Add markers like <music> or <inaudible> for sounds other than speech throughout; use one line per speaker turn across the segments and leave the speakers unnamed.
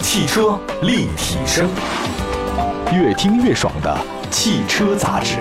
汽车立体声，越听越爽的汽车杂志。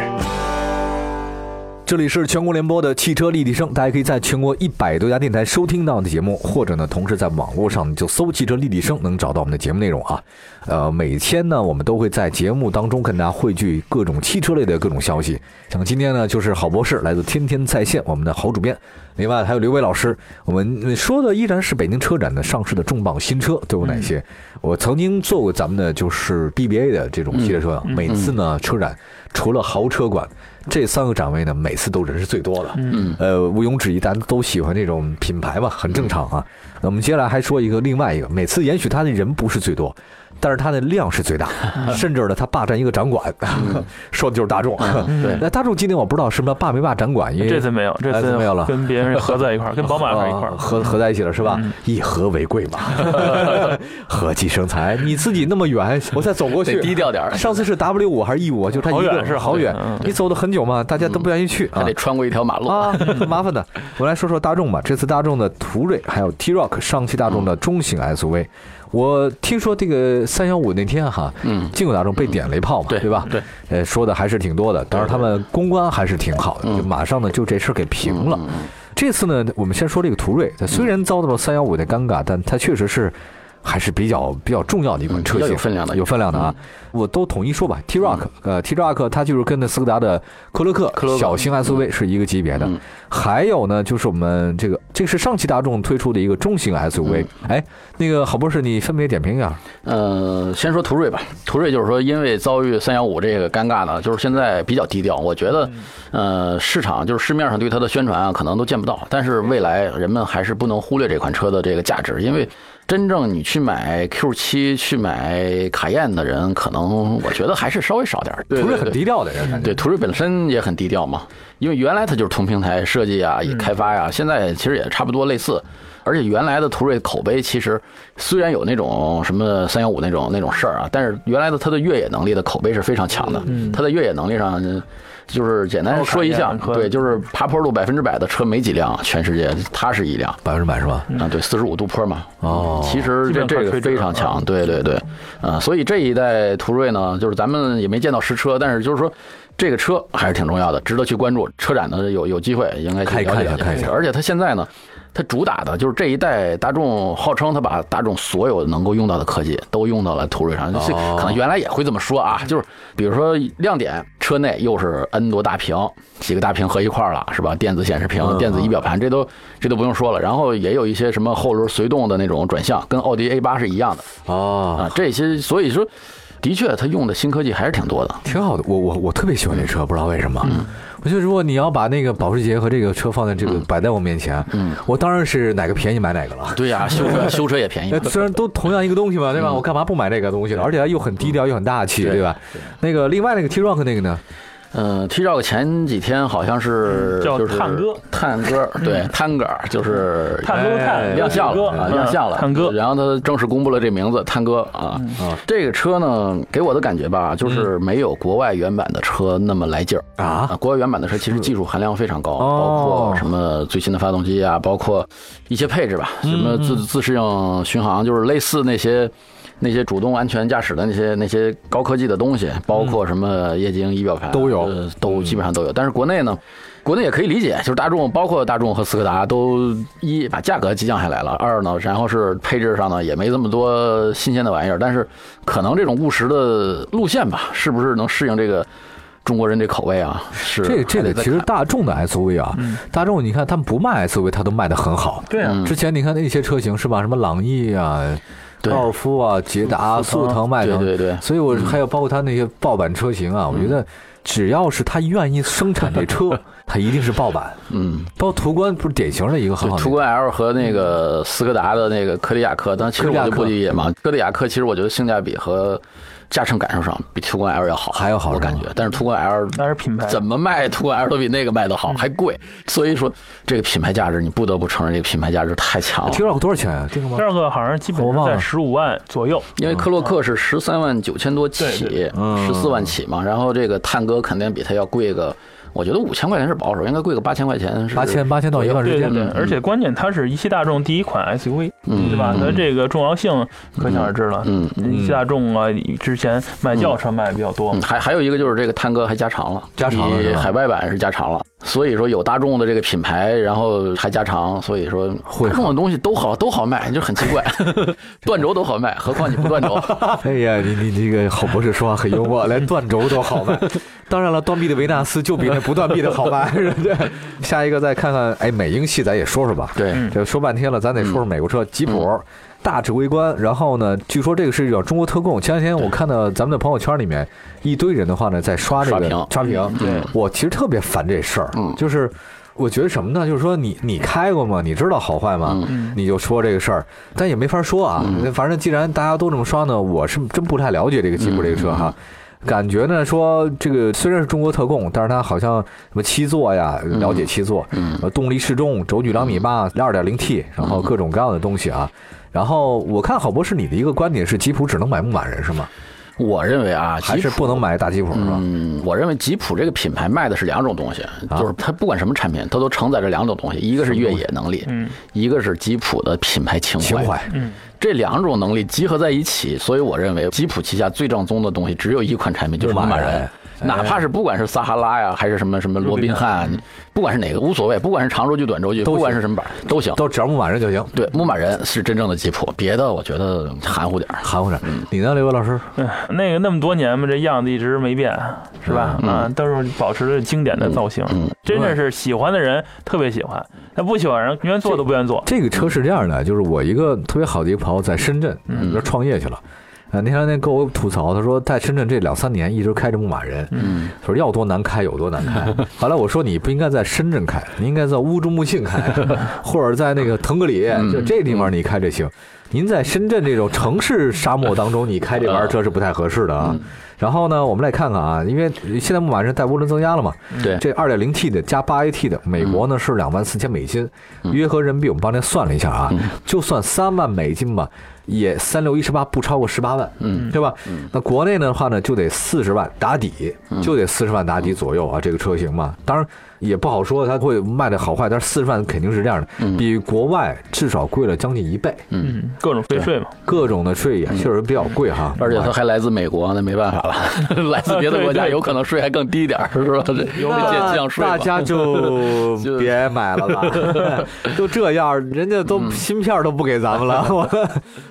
这里是全国联播的汽车立体声，大家可以在全国一百多家电台收听到的节目，或者呢，同时在网络上就搜“汽车立体声”，能找到我们的节目内容啊。呃，每天呢，我们都会在节目当中跟大家汇聚各种汽车类的各种消息。像今天呢，就是郝博士来自天天在线，我们的郝主编，另外还有刘伟老师，我们说的依然是北京车展的上市的重磅新车都有哪
嗯
些？我曾经做过咱们的就是 BBA 的这种系列车辆，
嗯
每次呢车展除了豪车馆。这三个展位呢，每次都人是最多的，嗯，呃，毋庸置疑，大家都喜欢这种品牌嘛，很正常啊。
嗯
那我们接下来还说一个另外一个，每次也许他的人不是最多，但是他的量是最大，
嗯
甚至呢，他霸占一个展馆， <laughs> 说的就是大众。<laughs>
嗯对
那大众今年我不知道是不是霸没霸展馆，因为
这次没有，这
哎
次
没有了。
跟别人合在一块儿，跟宝马在一块
啊
儿。
<laughs>
合合在一起了是吧？以和为贵嘛， <laughs> 和气生财。你自己那么远，我再走过去，
得低调点儿
上次是 W 五还是 E 五？就他一
好
个
远
人
是
好
好远
远
嗯，
你走的很久嘛，大家都不愿意去啊
嗯还。得穿过一条马路。
啊，很麻烦的。我来说说大众吧，这次大众的途锐还有 T-Roc 上汽大众的中型 SUV，我听说这个三幺五那天哈，
嗯
进口大众被点了一炮嘛，
对
对吧？
对，
呃，说的还是挺多的，当然他们公关还是挺好的，就马上呢就这事儿给平
嗯
了。这次呢，我们先说这个途锐，它虽然遭到了三幺五的尴尬，但它确实是。还是比较比较重要的一款车
嗯比较
型，
有分量的嗯
有分量的啊！我都统一说吧，T-Roc，呃，T-Roc 它就是跟那斯柯达的科勒克
科勒克
小型 SUV 是一个级别的，
嗯
还有呢，就是我们这个这个是上汽大众推出的一个中型 SUV，哎、
嗯
那个郝博士，你分别点评一下。
呃，先说途锐吧。途锐就是说，因为遭遇三幺五这个尴尬呢，就是现在比较低调。我觉得，呃，市场就是市面上对它的宣传啊，可能都见不到。但是未来人们还是不能忽略这款车的这个价值，因为真正你去买 Q 7去买卡宴的人，可能我觉得还是稍微少点儿。对
不是
对
很
对
低调的人，感觉
对，途锐本身也很低调嘛，因为原来它就是同平台设计啊、也开发呀、现在其实也差不多类似。而且原来的途锐口碑其实虽然有那种什么三幺五那种那种事儿啊，但是原来的它的越野能力的口碑是非常强的。它的越野能力上，就是简单说一
高
下
卡宴，和
对，就是爬坡路百分之百的车没几辆，全世界它是一辆。
百分之百是吧？
啊，对，四十五度坡嘛。
哦
其实
基
这
本快
这个
垂直
非
了
常强，对对对，啊，所以这一代途锐呢，就是咱们也没见到实车，但是就是说这个车还是挺重要的，值得去关注。车展呢有有机会应该去
看一看一下
了解了解
看一下
而且它现在呢。它主打的就是这一代大众，号称它把大众所有能够用到的科技都用到了途锐上，这可能原来也会这么说啊，就是比如说亮点，车内又是 N 多大屏，几个大屏合一块儿了，是吧？电子显示屏、电子仪表盘，这都这都不用说了。然后也有一些什么后轮随动的那种转向，跟奥迪 A 八是一样的
哦，
啊。这些所以说，的确它用的新科技还是挺多的。
挺好的，我我我特别喜欢这车，不知道为什么。
嗯
我觉得如果你要把那个保时捷和这个车放在这个摆在我面前，我当然是哪个便宜买哪个了。
嗯对呀、修车修车也便宜
呃。虽然都同样一个东西嘛，对吧？我干嘛不买这个东西呢？而且它又很低调，又很大气，
嗯对
对吧？那个另外那个 T-Roc 那个呢？
嗯，T Rock 前几天好像
嗯
是
叫
就是
探戈，
探
<laughs>
戈对，探戈就是
探戈
哎
探
亮相了啊，亮相了。
探戈嗯
然后他正式公布了这名字，探戈啊。这个车呢，给我的感觉吧，就是没有国外原版的车那么来劲儿。
啊，
国外原版的车其实技术含量非常高，包
哦
括什么最新的发动机啊，包括一些配置吧，
嗯
什么自自适应巡航，就是类似那些那些主动安全驾驶的那些那些高科技的东西，包括什么液晶仪表盘
嗯都有嗯
呃都基本上都有。但是国内呢？国内也可以理解，就是大众，包括大众和斯柯达都一把价格降下来了，二呢，然后是配置上呢也没这么多新鲜的玩意儿，但是可能这种务实的路线吧，是不是能适应这个中国人这口味啊？是
这这
还
个
得再
其实
看嗯
大众的 SUV 啊，大众你看他们不卖 SUV，它都卖的很好。
对啊，
之前你看那些车型是吧，什么朗逸啊、
对
高尔夫啊、捷达、速
速腾
腾、迈腾，
对对对
所以我还有包括它那些爆版车型
嗯
啊，我觉得只要是他愿意生产这
<laughs>
车，它一定是爆版。
嗯，
包括途观不是典型的一个很好的
途观 L 和那个斯柯达的那个科迪亚克，但其实
科迪
我
亚
就
克
不理解嘛，科迪亚克其实我觉得性价比和驾乘感受上比途观 L 要好，
还要好
我
是吧
感觉，但是途观 L
那是品牌
怎么卖途观 L 都比那个卖的好，
嗯
还贵，所以说这个品牌价值你不得不承认，这个品牌价值太强了。
听说多少钱啊？这个吗
第？二个好像基本
我
上
忘
啊
在
了
十五万左右，
因为
嗯
科洛克是十三万九千多起，
对对
十四万起嘛，然后这个探戈肯定比它要贵个，我觉得五千块钱是保守，应该贵个八千块钱是。
八千八千到一万之
对对
间。
对
嗯，
而且关键它是一汽大众第一款 SUV，
嗯
对吧？它这个重要性可想而知了。
嗯
一汽大众啊，之前卖轿车卖的比较多
嗯，，还还有一个就是这个探戈还加长了，
加长了
比
是吧
海外版是加长了，所以说有大众的这个品牌，然后还加长，所以说
会
大众的东西都好都好卖，就很奇怪，
<laughs>
断轴都好卖，何况你不断轴？
哎呀，你你你这个郝博士说话很幽
<laughs>
默，连断轴都好卖。当然了，断臂的维纳斯就比那不断臂的好
<laughs>
卖，是不是？ <laughs> 下一个再看看，哎，美英系咱也说说吧。
对，
嗯
这说半天了，咱得说
嗯
说美国车，吉普。大指挥官，然后呢？据说这个是一种中国特供。前两天我看到咱们的朋友圈里面一堆人的话呢，在刷这个
刷屏嗯
刷屏。
对
我其实特别烦这事儿，
嗯
就是我觉得什么呢？就是说你你开过吗？你知道好坏吗？
嗯
你就说这个事儿，但也没法说啊。
嗯
反正既然大家都这么刷呢，我是真不太了解这个吉
嗯
普这个车哈。感觉呢，说这个虽然是中国特供，但是它好像什么七座呀，了解七座，
嗯
呃，动力适中，轴距两米八，二点零 T，然后各种各样的东西啊。然后我看郝博士，你的一个观点是吉普只能买牧马人是吗？
我认为啊，
还
吉
是
普。
不能买大吉普是吧？
嗯，我认为吉普这个品牌卖的是两种东西，就是它不管什么产品，它都承载着两种东西，一个是越野能力，
嗯
一个是吉普的品牌情
情怀，
嗯，
这两种能力集合在一起，所以我认为吉普旗下最正宗的东西只有一款产品，就是牧马
牧马
人
人。
哪怕是不管是撒哈拉呀，还是什么什么罗宾汉，不管是哪个无所谓，不管是长轴距、短轴距，
都行
不管是什么版都行。
都只要牧马人就行。
对，牧马人是真正的吉普，别的我觉得含糊点儿。
含糊点，
嗯
你呢，刘伟老师？
哎 <laughs> 那个那么多年嘛，这样子一直没变，是吧？啊，都是保持着经典的造型，真的是喜欢的人特别喜欢，那不喜欢人愿做都不愿做。
这个车是这样的，就是我一个特别好的一个朋友在深圳，那创业去了。呃，那天那跟我吐槽，他说在深圳这两三年一直开着牧马人，嗯，他说要多难开有多难开。后来我说你不应该在深圳开，你应该在乌珠穆沁开，或者在那个腾格里，就这地方你开这行。您在深圳这种城市沙漠当中，你开这玩意儿车是不太合适的啊。然后呢，我们来看看啊，因为现在牧马人带涡轮增压了嘛，
对，
这二点零 T 的加八 AT 的，美国呢是两万四千美金，约合人民币我们帮您算了一下啊，就算三万美金吧，也三六一十八不超过十八万，嗯，对吧？那国内的话呢，就得四十万打底，就得四十万打底左右啊，这个车型嘛，当然也不好说它会卖的好坏，但是四十万肯定是这样的，比国外至少贵了将近一倍，
嗯，各种退税嘛，
各种的税也确实比较贵哈，
而且它还来自美国，那没办法
<laughs>
了，来自别的国家
对对
有可能税还更低点儿，是吧？这有
那
降税
大
吧。
家就
<laughs> 就
别买了
<laughs>
吧，都这样，人家都芯片都不给咱们了，我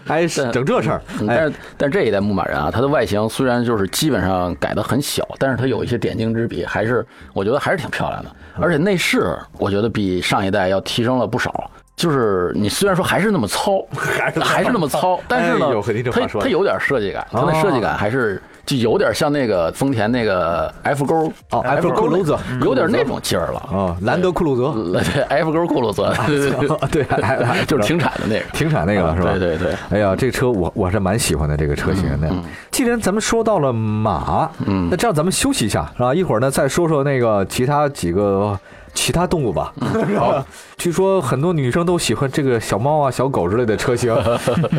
还
嗯但
整这事儿，
嗯但
哎，
是但这一代牧马人啊，它的外形虽然就是基本上改的很小，但是它有一些点睛之笔，还是我觉得还是挺漂亮的。
嗯
而且内饰我觉得比上一代要提升了不少。就是你虽然说还是那么糙，
<laughs>
还是那么糙，但是呢
哎呦嘿你这，话
它
说哦的
它有点设计感，它的设计感还是就有点像那个丰田那个 F 勾
哦，F 勾嗯
那
路泽
嗯有点那种劲儿了。
啊，兰德酷路泽，
对 F 勾库鲁泽， <laughs> 嗯对对对，
<laughs> 对，哎哎
就是停产的那个，
停产啊那个了是吧？
对嗯对对。
哎呀，这车我我是蛮喜欢的这个车型的。既然咱们说到了马，嗯，那这样咱们休息一下，啊，一会儿呢再说说那个其他几个其他动物吧。
嗯
<laughs> 好，据说很多女生都喜欢这个小猫啊、小狗之类的车
<laughs>
型。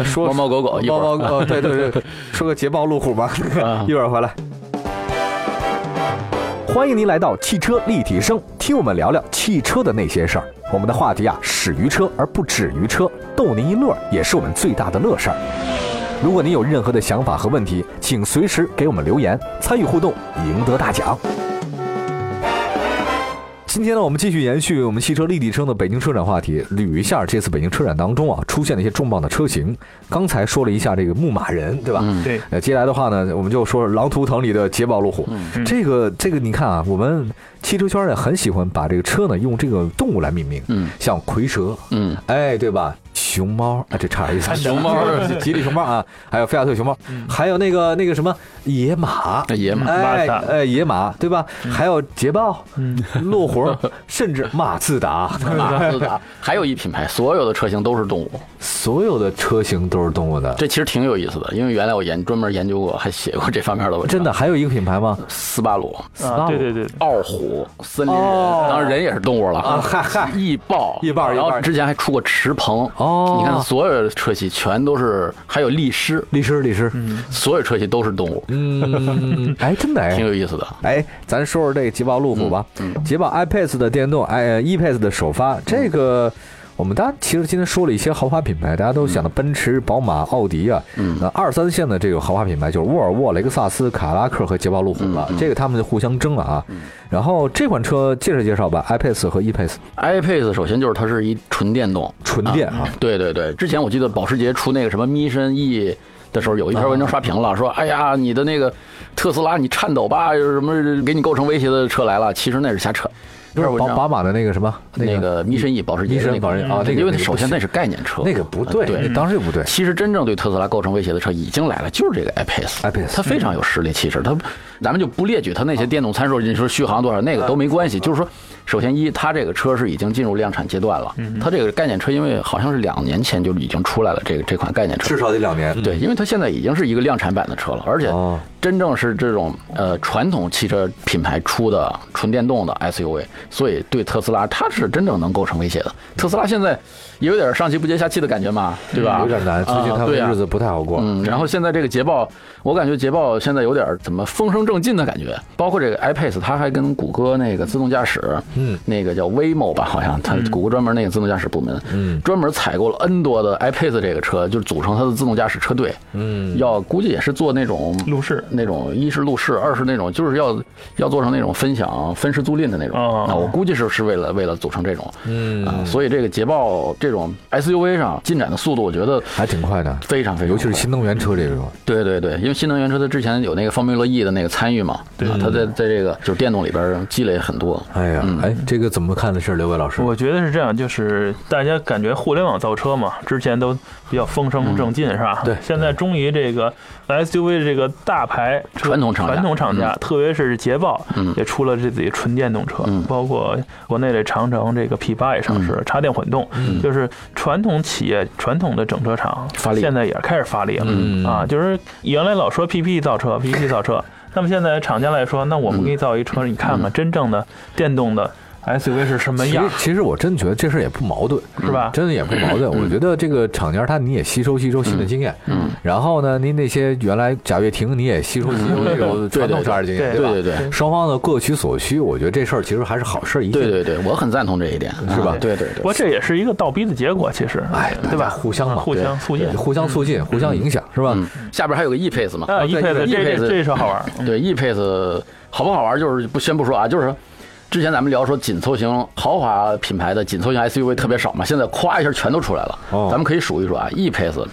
说呃
猫猫狗狗一会
猫
儿啊
猫
<laughs>
狗，对对对，说个捷豹路虎吧。 <laughs> 一会儿回来。欢迎您来到汽车立体声，听我们聊聊汽车的那些事儿。我们的话题啊，始于车而不止于车，逗您一乐儿也是我们最大的乐事儿。如果您有任何的想法和问题，请随时给我们留言，参与互动，赢得大奖。今天呢，我们继续延续我们汽车立体声的北京车展话题，捋一下这次北京车展当中啊出现的一些重磅的车型。刚才说了一下这个牧马人，对吧？
嗯
对，
呃，接下来的话呢，我们就说狼图腾里的捷豹路虎。这个这个，你看啊，我们汽车圈儿也很喜欢把这个车呢用这个动物来命名，
嗯
像蝰蛇，
嗯，
哎，对吧？熊猫啊，这差点意思， <laughs> 熊
猫，
吉利熊猫啊，还有菲亚特熊猫，还有那个那个什么野马，
那野马
哎
马自达
哎，野马对吧？还有捷豹、路虎， <laughs> 甚至马自达，
马自达，还有一品牌，所有的车型都是动物，
所有的车型都是动物的。
这其实挺有意思的，因为原来我研专门研究过，还写过这方面的文章。
真的，还有一个品牌吗？
斯巴鲁、
啊，对对对，
傲虎、森林人，
哦
当然人也是动物了
啊嗨嗨
易豹、
易豹易
然
豹
后之前还出过驰鹏，
哦
你看所有的车系全都是，还有力狮，
律师，律师，
所有车系都是动物，
<laughs> 嗯，哎，真的哎，
挺有意思的。
哎，咱说
嗯
，E 说这个捷豹路虎吧。捷豹 iPace 的电动，哎呃，ePace 的首发，这个我们大家其实今天说了一些豪华品牌，大家都想到奔驰、宝马、奥迪啊，嗯，二三线的这个豪华品牌就是沃尔沃、雷克萨斯、凯迪拉克和捷豹路虎了，
嗯
这个他们就互相争了啊。然后这款车介绍介绍吧，iPace 和 ePace
iPace 首先就是它是一纯电动，
纯电啊，
对对对，之前我记得保时捷出那个什么 Mission E 的时候，有一篇文章刷屏
哦
了，说哎呀，你的那个特斯拉你颤抖吧，有什么给你构成威胁的车来了，其实那是瞎扯。
就
那篇
是宝
文章
宝马的那个什么
那
个
个 Mission E 保时捷的
Mission
那个 E，
保时捷啊那个
因为它
那个
首
不
先
行
那是概念车，啊
那个不对，
对
那当时不对。
其实真正对特斯拉构成威胁的车已经来了，就是这个嗯 iPace。
iPace
它非常有实力。其实它，咱们就不列举它那些电动参数，你说续航多少那个都没关系。就是说，首先一，它这个车是已经进入量产阶段了。它这个概念车，因为好像是两年前就已经出来了，这个这款概念车。
至少得两年，
对，因为它现在已经是一个量产版的车了，而且
嗯哦
真正是这种呃传统汽车品牌出的纯电动的 SUV，所以对特斯拉它是真正能构成威胁的。特斯拉现在也有点上气不接下气的感觉嘛，对吧？
有点难。最近
啊
他们
对啊
日子不太好过。
嗯，然后现在这个捷豹，我感觉捷豹现在有点儿怎么风声正劲的感觉，包括这个 iPace，它还跟谷歌那个自动驾驶，嗯，那个叫 Waymo 吧，好像它谷歌专门那个自动驾驶部门，嗯，专门采购了 N 多的 iPace 这个车，就是组成它的自动驾驶车队，嗯，要估计也是做那种
路试
那种一是路试，二是那种就是要要做成那种分享、分时租赁的那种。
哦
那我估计是是为了为了组成这种，嗯、啊，所以这个捷豹这种 SUV 上进展的速度，我觉得
还挺快的，
非常非常快，
尤其是新能源车这种。
对对对，因为新能源车它之前有那个 Formula E 的那个参与嘛，对，它在在这个就是电动里边积累很多。
哎呀，哎，这个怎么看的事儿？刘伟老师，
我觉得是这样，就是大家感觉互联网造车嘛，之前都比较风声正
嗯
劲，是吧？
对
现在终于这个 SUV 这个大牌车
传统厂家嗯
传统厂家，特别是捷豹，也出了这自己纯电动车，
嗯
包括国内的长城这个 P 八也上市，插电混动，就是传统企业、传统的整车厂
嗯发力嗯
现在也开始发力了、啊！就是原来老说 PP 造车，PP 造车。那么现在厂家来说，那我们
嗯
给你造一车，你看看真正的电动的 SUV 是什么
其
样
实，其实我真觉得这事儿也不矛盾，
是吧
真的也不矛盾。我觉得这个厂家他你也吸收吸收新的经验，嗯，然后呢，您那些原来贾跃亭你也吸收吸收这种传统厂家的经验，
对
吧？
对对对
双方呢各取所需，我觉得这事儿其实还是好事儿，一定
对对对，我很赞同这一点，是
吧
对对
不
对
过这也是一个倒逼的结果，其实，
哎，
对
大家
吧？
互相嘛，
互相促进。
互相促进，互相影响，是吧？
嗯，下边还有个 E-Pace 嘛，
那
啊
一辈
，E
子，
一
这
辈子
这这是好玩儿。
嗯
对 E-Pace 好不好玩？就是不先不说啊，就是说之前咱们聊说紧凑型豪华品牌的紧凑型 SUV 特别少嘛，现在咵一下全都出来了。
哦
咱们可以数一数啊，E-Pace。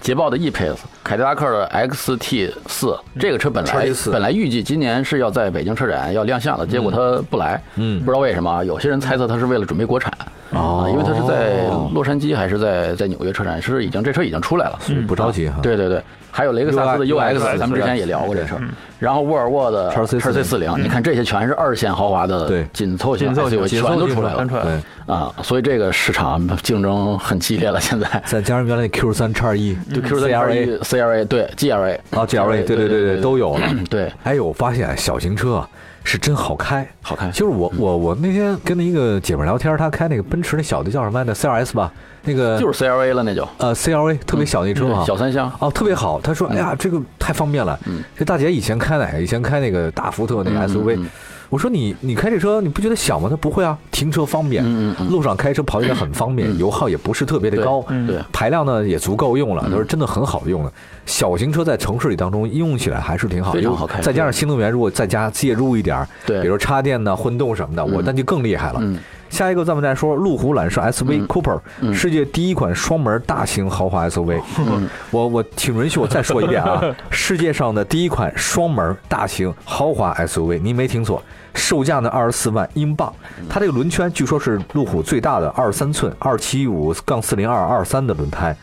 捷豹的 E-Pace，凯迪拉克的 XT 四，这个车本来
XT4
本来预计今年是要在北京车展要亮相的，结果它不来，嗯，不知道为什么啊。有些人猜测它是为了准备国产，
哦
啊因为它是在洛杉矶还是在在纽约车展，是已经这车已经出来了，
不着急啊哈。
嗯对对对，还有雷克萨斯的
UX
UX，咱们之前也聊过这事儿。然后沃尔沃的
XC40
XC 四零，你看这些全是二线豪华的
对
紧凑型
紧凑型
SUV，全都出来
全出
了
来
对，
啊！所以这个市场竞争很激烈了，
<laughs>
现在。
再加上原来那 Q 三叉一，
就 Q 三
CLA
CLA 对 GLA
啊 GLA，对对
对
对对，都有了。
对，
哎呦，我发现小型车啊是真好开，
好看
就是我我我那天跟一个姐们儿聊天，她开那个奔驰那小的叫什么来着？CRS 吧，那个
就是 CLA 了那就，嗯
呃 CLA 特别小那车啊，
小三厢。
哦特别好。她说哎
嗯
呀这个太方便了，这大姐以前开哪个？以前开那个大福特
嗯
那个 SUV。我说你你开这车你不觉得小吗？她不会啊，停车方
嗯
便，路上开车跑起来很方便，油耗也不是特别的
对
高，
嗯对嗯
排量呢也足够用了，都是真的很好用的。小型车在城市里当中应用起来还是挺好的，
非常好开
再加上新能源，如果再加介入一点儿，
对嗯
比如插电呢、混动什么的，我那就更厉害了。下一个咱们再说路虎揽胜 SV
嗯
Cooper，、世界第一款双门大型豪华 SUV。我
嗯
我请允许我再说一遍
<laughs>
啊，世界上的第一款双门大型豪华 SUV，您没听错，售价呢二十四万英镑。它这个轮圈据说是路虎最大的二十三寸二七五杠四零二二三的轮胎。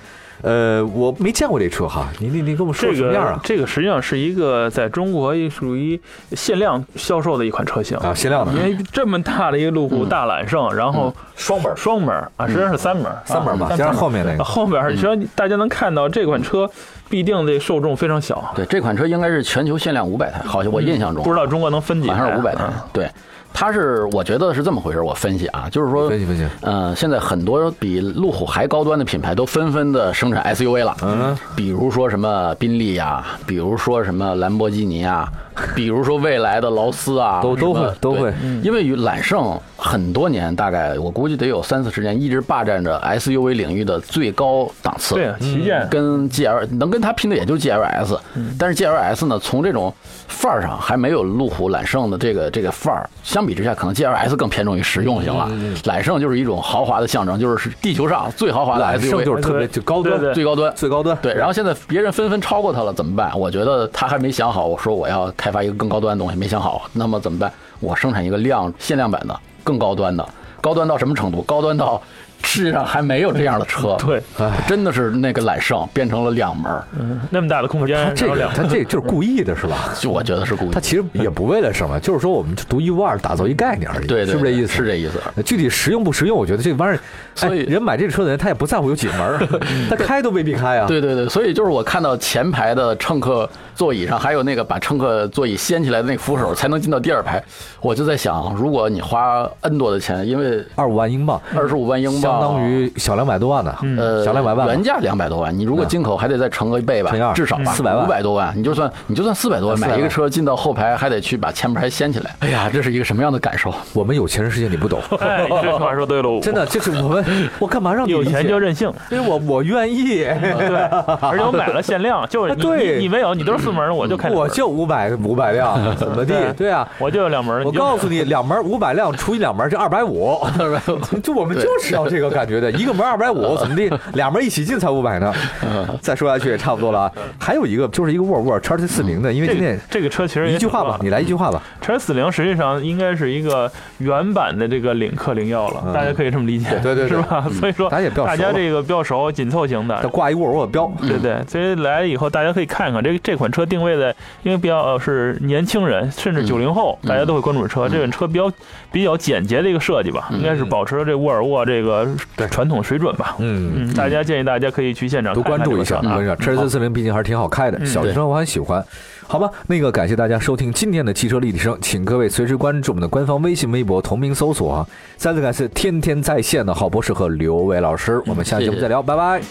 呃，我没见过这车哈，你你你跟我们说
这
什么样
个
啊？
这个实际上是一个在中国也属于限量销售的一款车型，
啊，嗯限量的
因为这么大的一个路虎大揽胜，然后
双门
双门儿啊，实际上是三门儿，
嗯三门儿吧
啊，三
加上后面那个嗯
后边儿实际上大家能看到这款车必定这受众非常小，
对，这款车应该是全球限量五百台，好像我印象
嗯
中
不知道中国能分几
好像
台
是五百台
啊。
对，它是我觉得是这么回事，我分析啊，就是说
分析分析
嗯，现在很多比路虎还高端的品牌都纷纷的生产 SUV 了，嗯，比如说什么宾利呀、比如说什么兰博基尼啊，比如说未来的劳斯啊，
都都会
什么
都
对
会
因为与揽胜很多年，大概我估计得有三四十年，一直霸占着 SUV 领域的最高档次。
啊
对，旗舰
跟 GL 能跟它拼的也就 GLS，但
嗯
是 GLS 呢，从这种范儿上还没有路虎揽胜的这个这个范儿，相比之下，可能 GLS 更偏重于实用性了。揽胜就是一种豪华的象征，就是地球上最豪
啊
华的
揽胜
SUV，
就是特别
对
就高端
对对
最高端。
最高端，
对，然后现在别人纷纷超过它了，怎么办？我觉得他还没想好，我说我要开发一个更高端的东西，没想好，那么怎么办？我生产一个量限量版的，更高端的，高端到什么程度？高端到世界上还没有这样的车。哎
对，
真的是那个揽胜变成了两门儿，
嗯那么大的空
他
间，
这
然
个
后两
他这就是故意的是吧？
就我觉得是故意
他。其实也不为了什么，就是说我们就独一无二，打造一概念而已，
对对，
是不是这意
对
思？
是这意思。
具体实用不实用，我觉得这玩意儿，哎
所以
人买这车的人他也不在乎有几门儿，
<laughs>
他开都未必开啊。
对对对，所以就是我看到前排的乘客座椅上还有那个把乘客座椅掀起来的那个扶手，才能进到第二排。我就在想，如果你花 N 多的钱，因为
二五万英镑，
二十五万英镑，
相当于小两百多万呢，
呃，
小两百万吧
原价两百多万，你如果进口还得再嗯乘个一倍吧
乘以二，
至少吧，
400万
五百多万，你就算你就算四百多万
400万
买一个车进到后排还得去把前排掀起来，哎呀，这是一个什么样的感受？
我们有钱人世界你
<laughs>
不懂，
哎，你
<laughs>
这话说对了，
真的就是我们，我干嘛让你
有钱就
认？
任性。
因为我我愿
<laughs>
意， <laughs>
对，而且我买了限量，就是你
对
你你没有，你都是四门儿，我就开两门儿，
我就五百五百辆，怎么地？
对
对啊，
我就有两门儿，
我
你就
告诉你，两门五百辆除以两门就二百
<laughs>
五，就我们就是要这个感觉的，一个门二百五怎么地，俩门一起进才五
<laughs>
百呢。再说下去也差不多了啊。还有一个就是一个沃尔沃 x T 四零的，因为今
这个
天
这个嗯车其实也
一句话
挺
吧
棒，的
你来一句话吧。
叉四零实际上应该是一个原版的这个领克零幺了，
嗯
大家可以这么理解，
对对对
<laughs> 是吧？所以说
大家也比较熟
大家这个比较熟，紧凑型的
它。挂一沃尔沃的标，
对对，所以来了以后，大家可以看看这这款车定位的，因为比较呃是年轻人，甚至
嗯
九零后，
嗯
大家都会关注这车。这款车比较比较简洁的一个设计吧，
嗯
应该是保持了这沃尔沃这个传统水准吧。
嗯。
嗯，大家建议大家可以去现场
多
看看
关注一下，嗯
这个车
关注
嗯
一下。车四四零毕竟还是挺好开的，
嗯
小学生我很喜欢。好吧，那个感谢大家收听今天的汽车立体声，请各位随时关注我们的官方微信、微博同名搜索啊。再次感谢天天在线的郝博士和刘伟老师，我们下期节目
谢谢
再聊，拜拜。